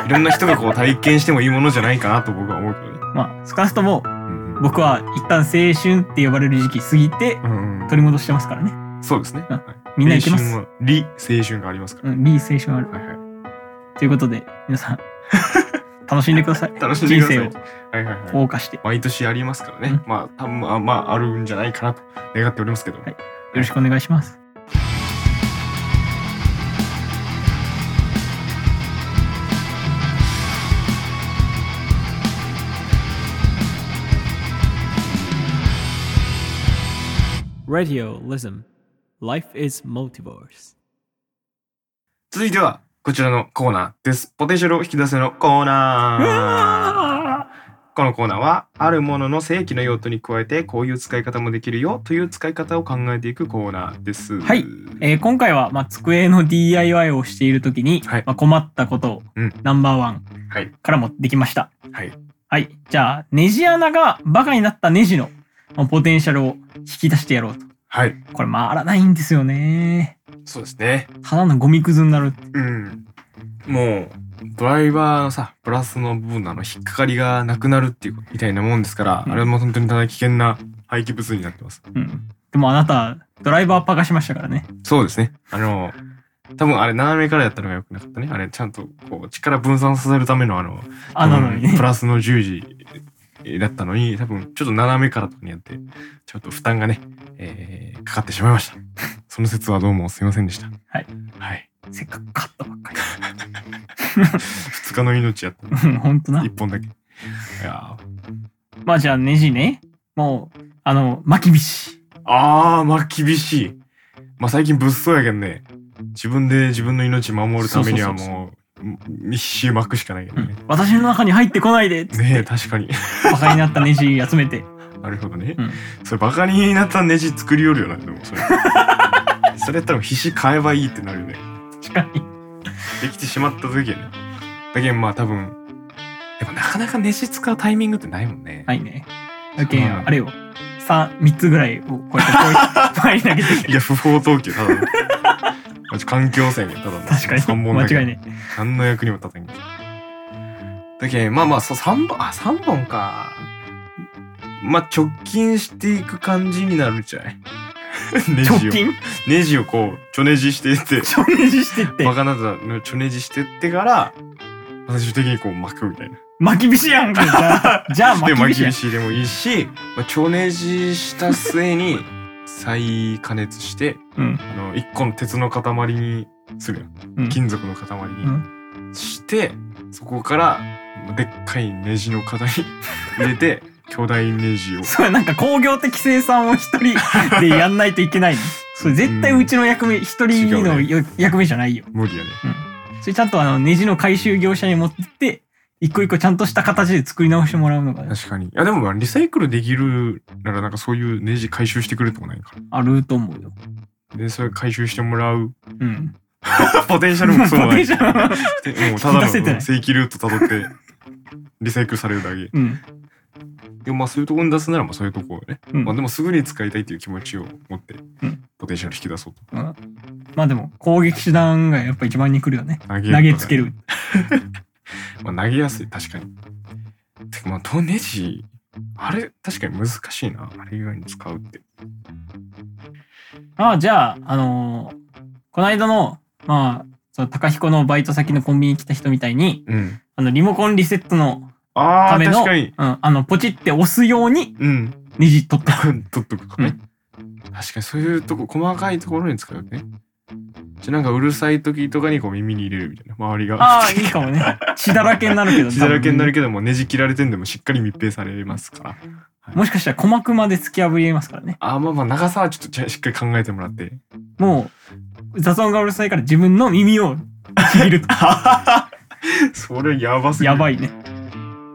A: あ、いろんな人がこう体験してもいいものじゃないかなと僕は思うけどね。
B: まあ、少なくとも
A: うんうん
B: 僕は一旦青春って呼ばれる時期過ぎて
A: うんうん
B: 取り戻してますからね。
A: そうですね。
B: うん
A: はい
B: みんな行きます。
A: 青春は理青春がありますか
B: うん、B 青春ある。
A: ら。はいは
B: ということで、皆さん、楽しんでください。
A: い、楽しんでください。
B: 人生
A: はいはいはい
B: を謳歌して、よ
A: 毎年ありますからね、
B: うん
A: まあ多分まあまああるんじゃないかなと願っておりますけども、
B: ろしくお願いします。
C: Radiolism Life is Multiverse
A: 続いては、こちらのコーナーです。ポテンシャルを引き出せのコーナー。このコーナーは、あるものの正規の用途に加えて、こういう使い方もできるよという使い方を考えていくコーナーです。
B: はいえー今回は、まあ、机の DIY をしている時に、
A: はい
B: まあ、困ったことを、
A: うん
B: ナンバーワン
A: はい。
B: から持ってきました。
A: はい。
B: はい。じゃあ、ネジ穴がバカになったネジのまあポテンシャルを引き出してやろうと。
A: はい。
B: これ回らないんですよね。
A: そうですね。
B: ただのゴミくずになる。
A: うん。もう、ドライバーのさ、プラスの部分のあの、引っかかりがなくなるっていうみたいなもんですから、
B: うん
A: あれも本当にただ危険な廃棄物になってます。
B: うん。でもあなた、ドライバーパカしましたからね。
A: そうですね。あの、多分あれ斜めからやったのが良くなかったね。あれちゃんとこう力分散させるためのあの、
B: あなのに
A: 多分
B: ね
A: プ。ラスの10時だったのに、多分ちょっと斜めからとかにやって、ちょっと負担がね、えーかかってしまいました。 その説はどうもすいませんでした。
B: はい。
A: はい。
B: せっかく買ったばっかり。
A: 二日の命やった。
B: うん、ほんとな
A: 一。本だけ。いやー
B: まあじゃあネジね。もう、あの、巻き菱。
A: あー、まあ厳しい。まあ最近物騒やけんね、自分で自分の命守るためには
B: そう
A: もう、密集巻くしかないけど
B: う
A: ね
B: ん。私の中に入ってこないでっつって
A: ねえ、確かに。
B: バカになったネジ集めて。
A: なるほどね
B: う。ん。
A: それバカになったネジ作りよるよな、でも それ。それやったら必死買えばいいってなるよね。
B: 確かに。
A: できてしまった時やね。だけどまあ多分、やっぱなかなかネジ使うタイミングってないもんね。
B: ないね。だけ
A: うん
B: ん、あれよ。三三つぐらいをこうやってこう前に投げてきて。
A: いや、不法投球、ただの。マジ環境制限、ただの。
B: 確かに。
A: 三本だけ
B: 間違いね。
A: 何の役にも立たんけどだけどまあまあ、そう、3本、あ、三本か。まあ、直近していく感じになるんじゃないネジを
B: 直近
A: ネジをこう、ちょネジしてい って、
B: 超ネジしてって
A: バ。カなだのちょねじしてってから、最終的にこう巻くみたいな。
B: 巻き菱や んか。じゃあ、じゃあ
A: で、
B: 巻き
A: 巻
B: 菱
A: き
B: やん。
A: 菱でもいいし、まあ、ちょねじした末に再加熱して、
B: うん。
A: あの、一個の鉄の塊にするやん。
B: うん
A: 金属の塊にして、そこから、でっかいネジの型に 入れて、巨大ネジを。
B: それなんか工業的生産を一人でやんないといけないの。それ絶対うちの役目、一人のよ役目じゃないよ。
A: 無理やね。
B: それちゃんとあのネジの回収業者に持ってって、一個一個ちゃんとした形で作り直してもらうのが、
A: 確かに。いや、でもまあリサイクルできるなら、なんかそういうネジ回収してくれともないか
B: あると思うよ。
A: ら。で、それ回収してもらう
B: うん。
A: ポテンシャルもそう
B: ポ
A: な
B: テ
A: い。
B: ンシャ ル
A: でもうただ
B: 出せてな
A: の
B: い
A: 正規ルート辿って、リサイクルされるだけ。
B: うん。
A: でもまあそういうところに出すならまあそういうところね。
B: うん
A: まあでもすぐに使いたいという気持ちを持って
B: ん、
A: ポテンシャル引き出そうと。
B: うんまあでも、攻撃手段がやっぱ一番に来るよね。
A: 投げるとか
B: 投げつけ。る。
A: まあ投げやすい、確かに。てかまあ、とネジ、あれ、確かに難しいな。あれ以外に使うって。
B: ああ、じゃあ、あのーこの間の、まあ、その高彦のバイト先のコンビニに来た人みたいに、
A: うん。
B: あの、リモコンリセットの、
A: あ
B: た
A: あ、
B: めの
A: 確かに。
B: うん、あの、ポチって押すように
A: うん。
B: ネジ取った。
A: 取っとくとかね。確かにそういうとこ、細かいところに使うね。じゃあなんかうるさい時とかにこう耳に入れるみたいな。周りが。
B: ああ、いいかもね。血だらけになる けど。
A: 血だらけになる
B: け
A: けどもねじ切られてんでもしっかり密閉されますから
B: もしかしたら鼓膜まで突き破りえますからね。
A: あーまあまあ長さはちょっとじゃあしっかり考えてもらって
B: もう、雑音がうるさいから自分の耳をちぎる と。
A: それやばすぎる
B: やばいね。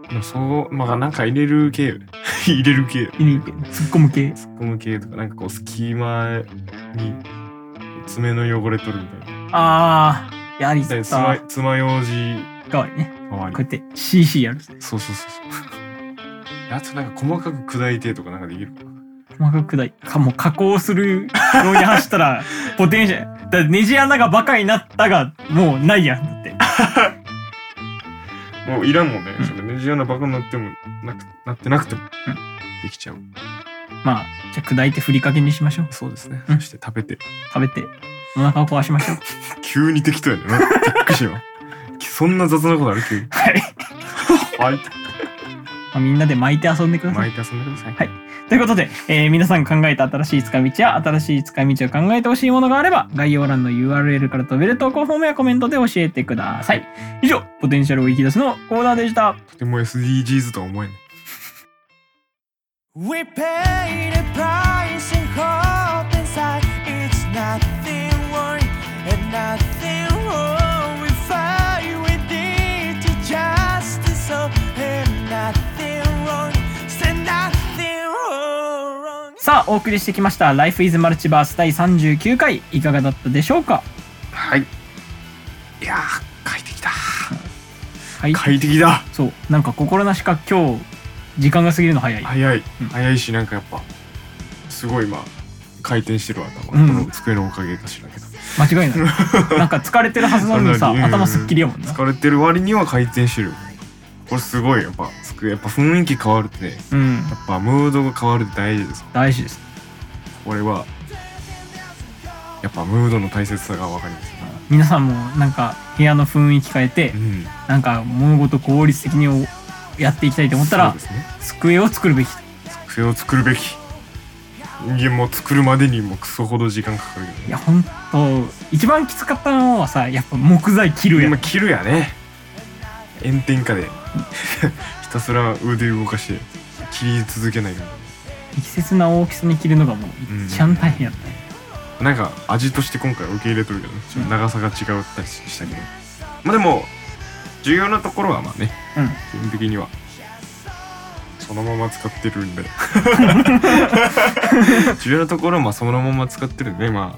A: でもそうまあなんか入れる系よね 入れる系突っ
B: 耳突っ込む系。
A: 込む系とかなんかこう隙間に爪の汚れ取るみたいな
B: ああ、やり
A: で
B: た
A: つま
B: か
A: つまようじ
B: わいいね。
A: 代わ
B: こ
A: り
B: うやって CC やる。
A: そうそうそうそう あとなんか細かく砕いてとかなんかできるかな
B: 細かくない。かもう加工するように走ったら、ポテンシャル。だからネジ穴がバカになったが、もうないやん。だって。
A: もういらんもんね
B: うん
A: それネジ穴バカになってもなくなってなくてもできちゃう
B: まあ、じゃあ砕いてふりかけにしましょう。
A: そうですね
B: うん
A: そして食べて
B: 食べて、お腹を壊しましょう。
A: 急に適当やねんな。びっくりしよう。そんな雑なことある急に。
B: はい。
A: はい。
B: まあみんなで巻いて遊んでください。
A: 毎回遊んでください。
B: はいということで、えー皆さん考えた新しい使い道や新しい使い道を考えてほしいものがあれば、概要欄の URL から飛べる投稿フォームやコメントで教えてください。以上、ポテンシャルを生き出すのコーナーでした。
A: とても SDGs とは思えない。
D: We pay the price in gold. inside. It's nothing wrong and nothing wrong if I indeed to justice. Oh, and nothing wrong, say nothing wrong.
B: さあお送りしてきました「Life is Multiverse」第39回いかがだったでしょうか
A: はい。いやー、快適だ。
B: はい
A: 快適だ。
B: そうなんか心なしか今日時間が過ぎるの早い
A: 早い
B: うん。
A: 早いし、なんかやっぱ、すごい、まあ、回転してる頭。
B: うん
A: この机のおかげかしらんけど。
B: 間違いな いなんか疲れてるはずなのに
A: か
B: さ
A: なりうん
B: 頭すっきりやもんな
A: 疲れてる割には回転してる。これすごい、やっぱ、机、やっぱ雰囲気変わるってね、
B: うん
A: やっぱムードが変わるって大事です。
B: 大事です
A: これは、やっぱムードの大切さがわかりますね。
B: 皆さんもなんか部屋の雰囲気変えて
A: うん。
B: なんか物事効率的におやっていきたいと思った
A: そ
B: ら
A: うですね。
B: 机を作るべきい
A: それを作るべき人間も作るまでにもクソほど時間かかるけ
B: やほんと一番きつかったのはさやっぱ木材切
A: ど
B: るや
A: 今
B: ん
A: 切るやね炎天下で ひたすら腕動かして切り続けないか
B: 適切な大きさに切るのがもう一番大変やったね
A: らなんか味として今回は受け入れとるけどねちょっと長さが違ったりしたけどまあでも重要なところはまあね
B: うん
A: 基本的にはそのまま使ってるん で 重要なところはまあそのまま使ってるんでまあ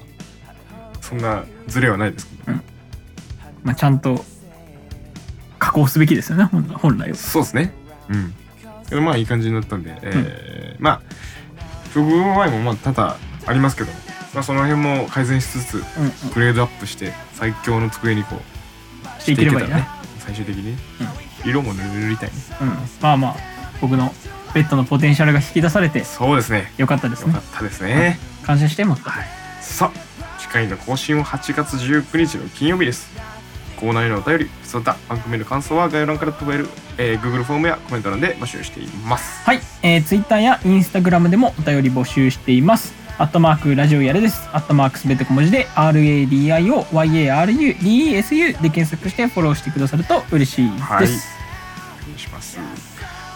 A: そんなズレはないですけど
B: まあ、ちゃんと加工すべきですよね本来本来は
A: そうですね。うん。けどまあいい感じになったんで、えーまあ、不具合もまあ多々ありますけども、まあその辺も改善しつつ、
B: うんうん
A: グレードアップして、最強の机にこう、
B: していければいいな、
A: ね。最終的にね。色も塗りたいね。
B: うん、まあまあ僕のベッドのポテンシャルが引き出されて
A: そうですね。
B: よかったです
A: よか
B: ね
A: ったですね。
B: 感謝してもった
A: さあ、次回の更新は8月19日の金曜日です。コーナーへのお便り、その他番組の感想は概要欄から飛べる、えー Google フォームやコメント欄で募集しています。
B: はい、えー、Twitter や Instagram でもお便り募集しています。アットマークラジオやれです。アットマークすべて小文字で RADIOYARUDESU で検索してフォローしてくださると嬉しいです。
A: はい。お願いします。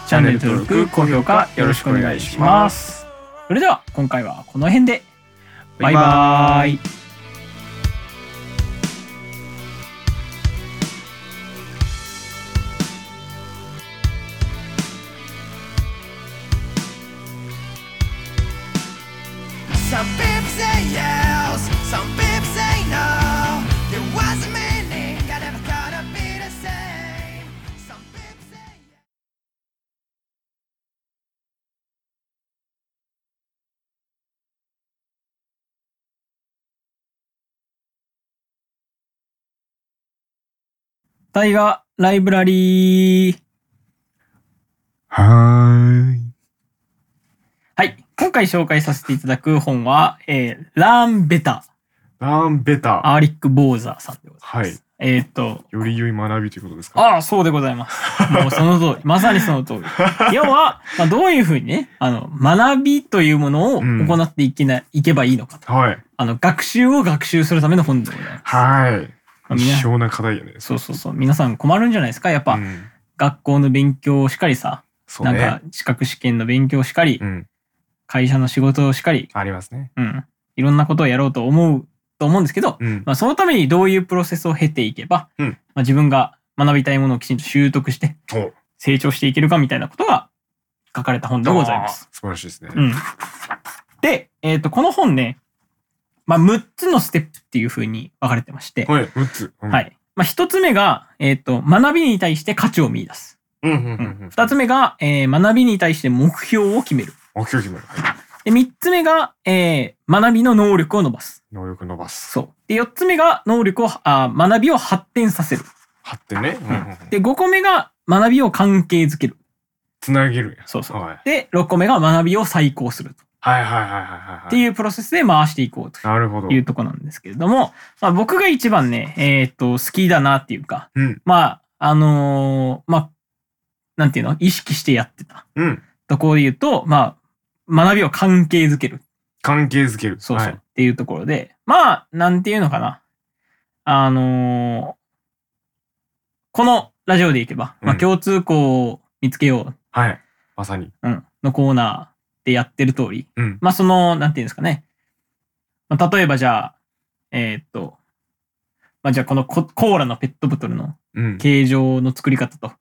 B: チャンネル登録、高評価よろしくお願いします。それでは今回はこの辺で。バイバイ。
D: Some people say yes, some people say no. There was a meaning, I never thought I'd be the same. Some people say yes.
B: 大河ライブラリー。
A: はーい。
B: はい、今回紹介させていただく本は、えー、ランベタ、
A: ランベタ。
B: アーリック・ボーザーさんでございます。
A: はい
B: えーっと、
A: より良い学びということですか
B: ああ、そうでございます。もうその通り。ま さにその通り。要は、まあ、どういうふうにね、あの、学びというものを
A: うん
B: 行っていけな、いけばいいのかと。
A: はい。
B: あの、学習を学習するための本でございます。
A: はい。
B: みんな
A: 一生な課題やね。
B: そうそうそう。皆さん困るんじゃないですかやっぱ、
A: うん
B: 学校の勉強をしっかりさ、
A: そう
B: なん
A: ね
B: か。、資格試験の勉強をしっかり、
A: うん。
B: 会社の仕事をしっかり、
A: ありますね。
B: うん。いろんなことをやろうと思う、と思うんですけど、
A: うん。
B: まあ、そのためにどういうプロセスを経ていけば、
A: うん
B: まあ、自分が学びたいものをきちんと習得して、
A: お
B: 成長していけるかみたいなことが書かれた本でございます。。
A: 素晴らしいですね。
B: うん、で、えっとこの本ね、まあ、6つのステップっていう風に分かれてまして、
A: はい、6つ。うん
B: は。いまあ、1つ目が、えっと学びに対して価値を見出す、
A: うんうん
B: う
A: うんんうん。
B: 2つ目が、えー学びに対して目標を決める
A: 目標決める。はい
B: で3つ目が、えー学びの能力を伸ばす
A: 能力伸ばす。
B: そうで4つ目が能力をあー学びを発展させる
A: 発展ね。うんうんうん
B: で5個目が学びを関係づける
A: つなげるんや。
B: そうそう
A: はい
B: で6個目が学びを再考する
A: はいはいはいはいはい。
B: って
A: う。
B: いうプロセスで回していこうと
A: なるほど。
B: いうとこなんですけれども、まあ、僕が一番ね、えーっと、好きだなっていうか、
A: うん
B: まあ、あのーまあ、なんていうの意識してやってた
A: うん。
B: ところで言うと、まあ、学びを関係づける。
A: 関係づける。
B: そうそう。
A: はい
B: っていうところで、まあ、なんていうのかな。あのーこのラジオでいけば、ま
A: う
B: あ、
A: ん
B: 共通項を見つけよ
A: はい。まさに。
B: う、うん、のコーナーでやってる通り、
A: うん。
B: まあ、その、なんていうんですかね。まあ、例えばじゃあ、えーっと、まあ、じゃあこのココーラのペットボトルの
A: うん。
B: 形状の作り方と、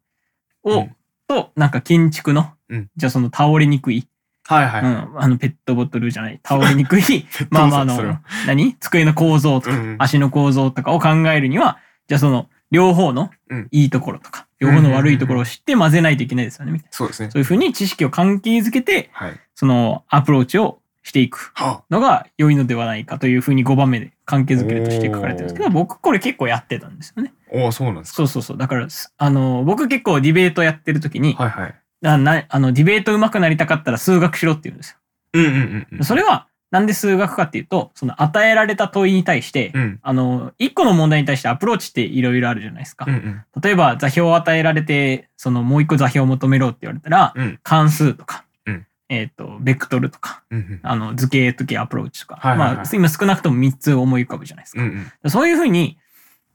A: う
B: を、
A: ん
B: と、なんか建築の、
A: うん
B: じゃあその倒れにくい、
A: はいはい。
B: うん、あのペットボトルじゃない、倒れにくい、まあまああの
A: それは、
B: 何机の構造とか、
A: うんうん
B: 足の構造とかを考えるには、じゃあその、両方の
A: うん
B: いいところとか、両方の悪いところを知って混ぜないといけないですよね、みたい
A: そうですね
B: な。。そういうふうに知識を関係づけて、
A: はい。
B: そのアプローチをしていく
A: は
B: のが良いのではないかというふうに5番目で関係づけるとして書かれてるんですけ
A: お
B: ど、僕これ結構やってたんですよね。
A: あ、おお、そうなんですか。
B: そうそうそう。だからす、あの、僕結構ディベートやってる時に、
A: はいはい。
B: あなあのディベート上手くなりたかったら数学しろって言うんです
A: うんうんうんう
B: よ。
A: ん。
B: それは、なんで数学かっていうと、その与えられた問いに対して、
A: うん。
B: あの、一個の問題に対してアプローチっていろいろあるじゃないですか
A: うん。うん。
B: 例えば、座標を与えられて、そのもう一個座標を求めろって言われたら、
A: うん
B: 関数とか、
A: うん
B: えっ、と、ベクトルとか、
A: うんうん。
B: あの、図形時アプローチとか、
A: はいはいはい
B: まあ、今少なくとも3つ思い浮かぶじゃないです
A: う
B: か。
A: んうん。
B: そういうふうに、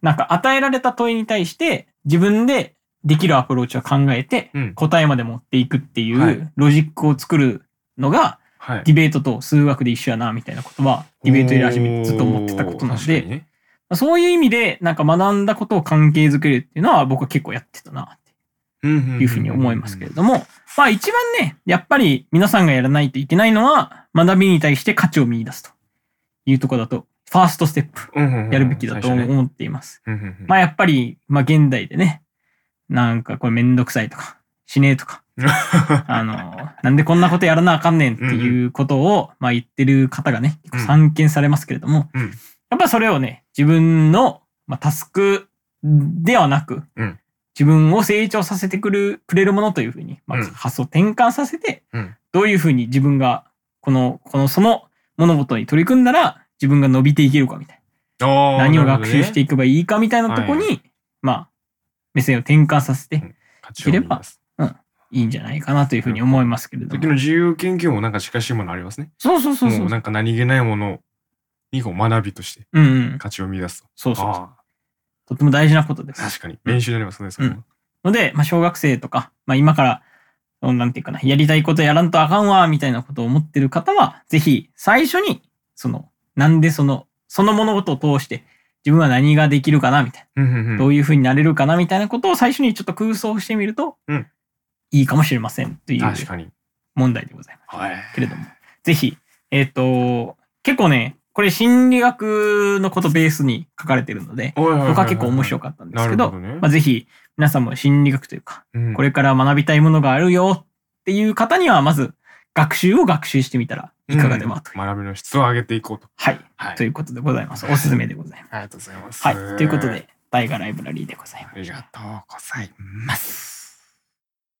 B: なんか与えられた問いに対して、自分でできるアプローチを考えて
A: うん、
B: 答えまで持っていくってい
A: は
B: う
A: い
B: ロジックを作るのが、
A: はい。
B: ディベートと数学で一緒やな、みたいなことは、ディベートやり始めてずっと思ってたことな
A: おー
B: の
A: 確
B: で
A: かに、ね
B: そういう意味で、なんか学んだことを関係づけるっていうのは、僕は結構やってたな、
A: うんんん
B: と
A: ん
B: いうふうに思いますけれども、まあ一番ね、やっぱり皆さんがやらないといけないのは、学びに対して価値を見出すというところだと、ファーストステップ、
A: うんうんうん
B: やるべきだと
A: 最初ね
B: 思っています。
A: うんうんうん
B: まあやっぱり、まあ現代でね、なんかこれめんどくさいとか、しねえとか、あの、なんでこんなことやらなあかんねんっていうことを、まあ言ってる方がね、結構散見されますけれども、
A: うん
B: やっぱそれをね、自分の、まあ、タスクではなく、
A: うん
B: 自分を成長させてくる、くれるものというふうに、ま
A: う
B: あ、
A: ん
B: 発想転換させて、
A: うん
B: どういうふうに自分が、この、この、その物事に取り組んだら、自分が伸びていけるかみたい
A: あ
B: な。
A: ー
B: 何を学習して
A: い
B: いけばいいかみたいなとこに、
A: は
B: まあ、目線を転換させて、
A: け
B: ければいいんじゃないかなというふうに思いますけれど
A: さっ
B: も。
A: きの自由研究もなんか近しいものありますね。
B: そうそうそうそ
A: も
B: う
A: う。なんか何気ないものにこう学びとして
B: うんうん。
A: 価値を見出すと。
B: そうそうそう。
A: あ
B: とても大事なことで
A: ー
B: す。
A: 確かに練習になりますね、それは。
B: ので、まあ、小学生とか、まあ、今から、うんなんていうかな、やりたいことやらんとあかんわ、みたいなことを思ってる方は、ぜひ、最初に、その、なんでその、その物事を通して、自分は何ができるかな、みたい
A: うんうんう
B: な、
A: ん
B: どういうふうになれるかな、みたいなことを最初にちょっと空想してみると、
A: うん
B: いいかもしれません、という
A: 確かに。
B: 問題でございます。
A: はい。
B: けれども、ぜひ、えっ、と、結構ね、これ心理学のことベースに書かれてるので、
A: 僕
B: 僕は結構面白
A: か
B: かったんですけ
A: な
B: ど、
A: るほどね
B: まあ、ぜひ皆さんも心理学というか、
A: った
B: これから学びたいものがあるよっていう方には、まず学習を学習してみたらいかがでもあという、
A: 学びの質を上げていこうと。
B: はい、
A: はい。
B: ということでございます。おすすめでございます。
A: ありがとうございます。
B: はい、ということ。で、大河ライブラリーでございます。
A: ありがとうございます。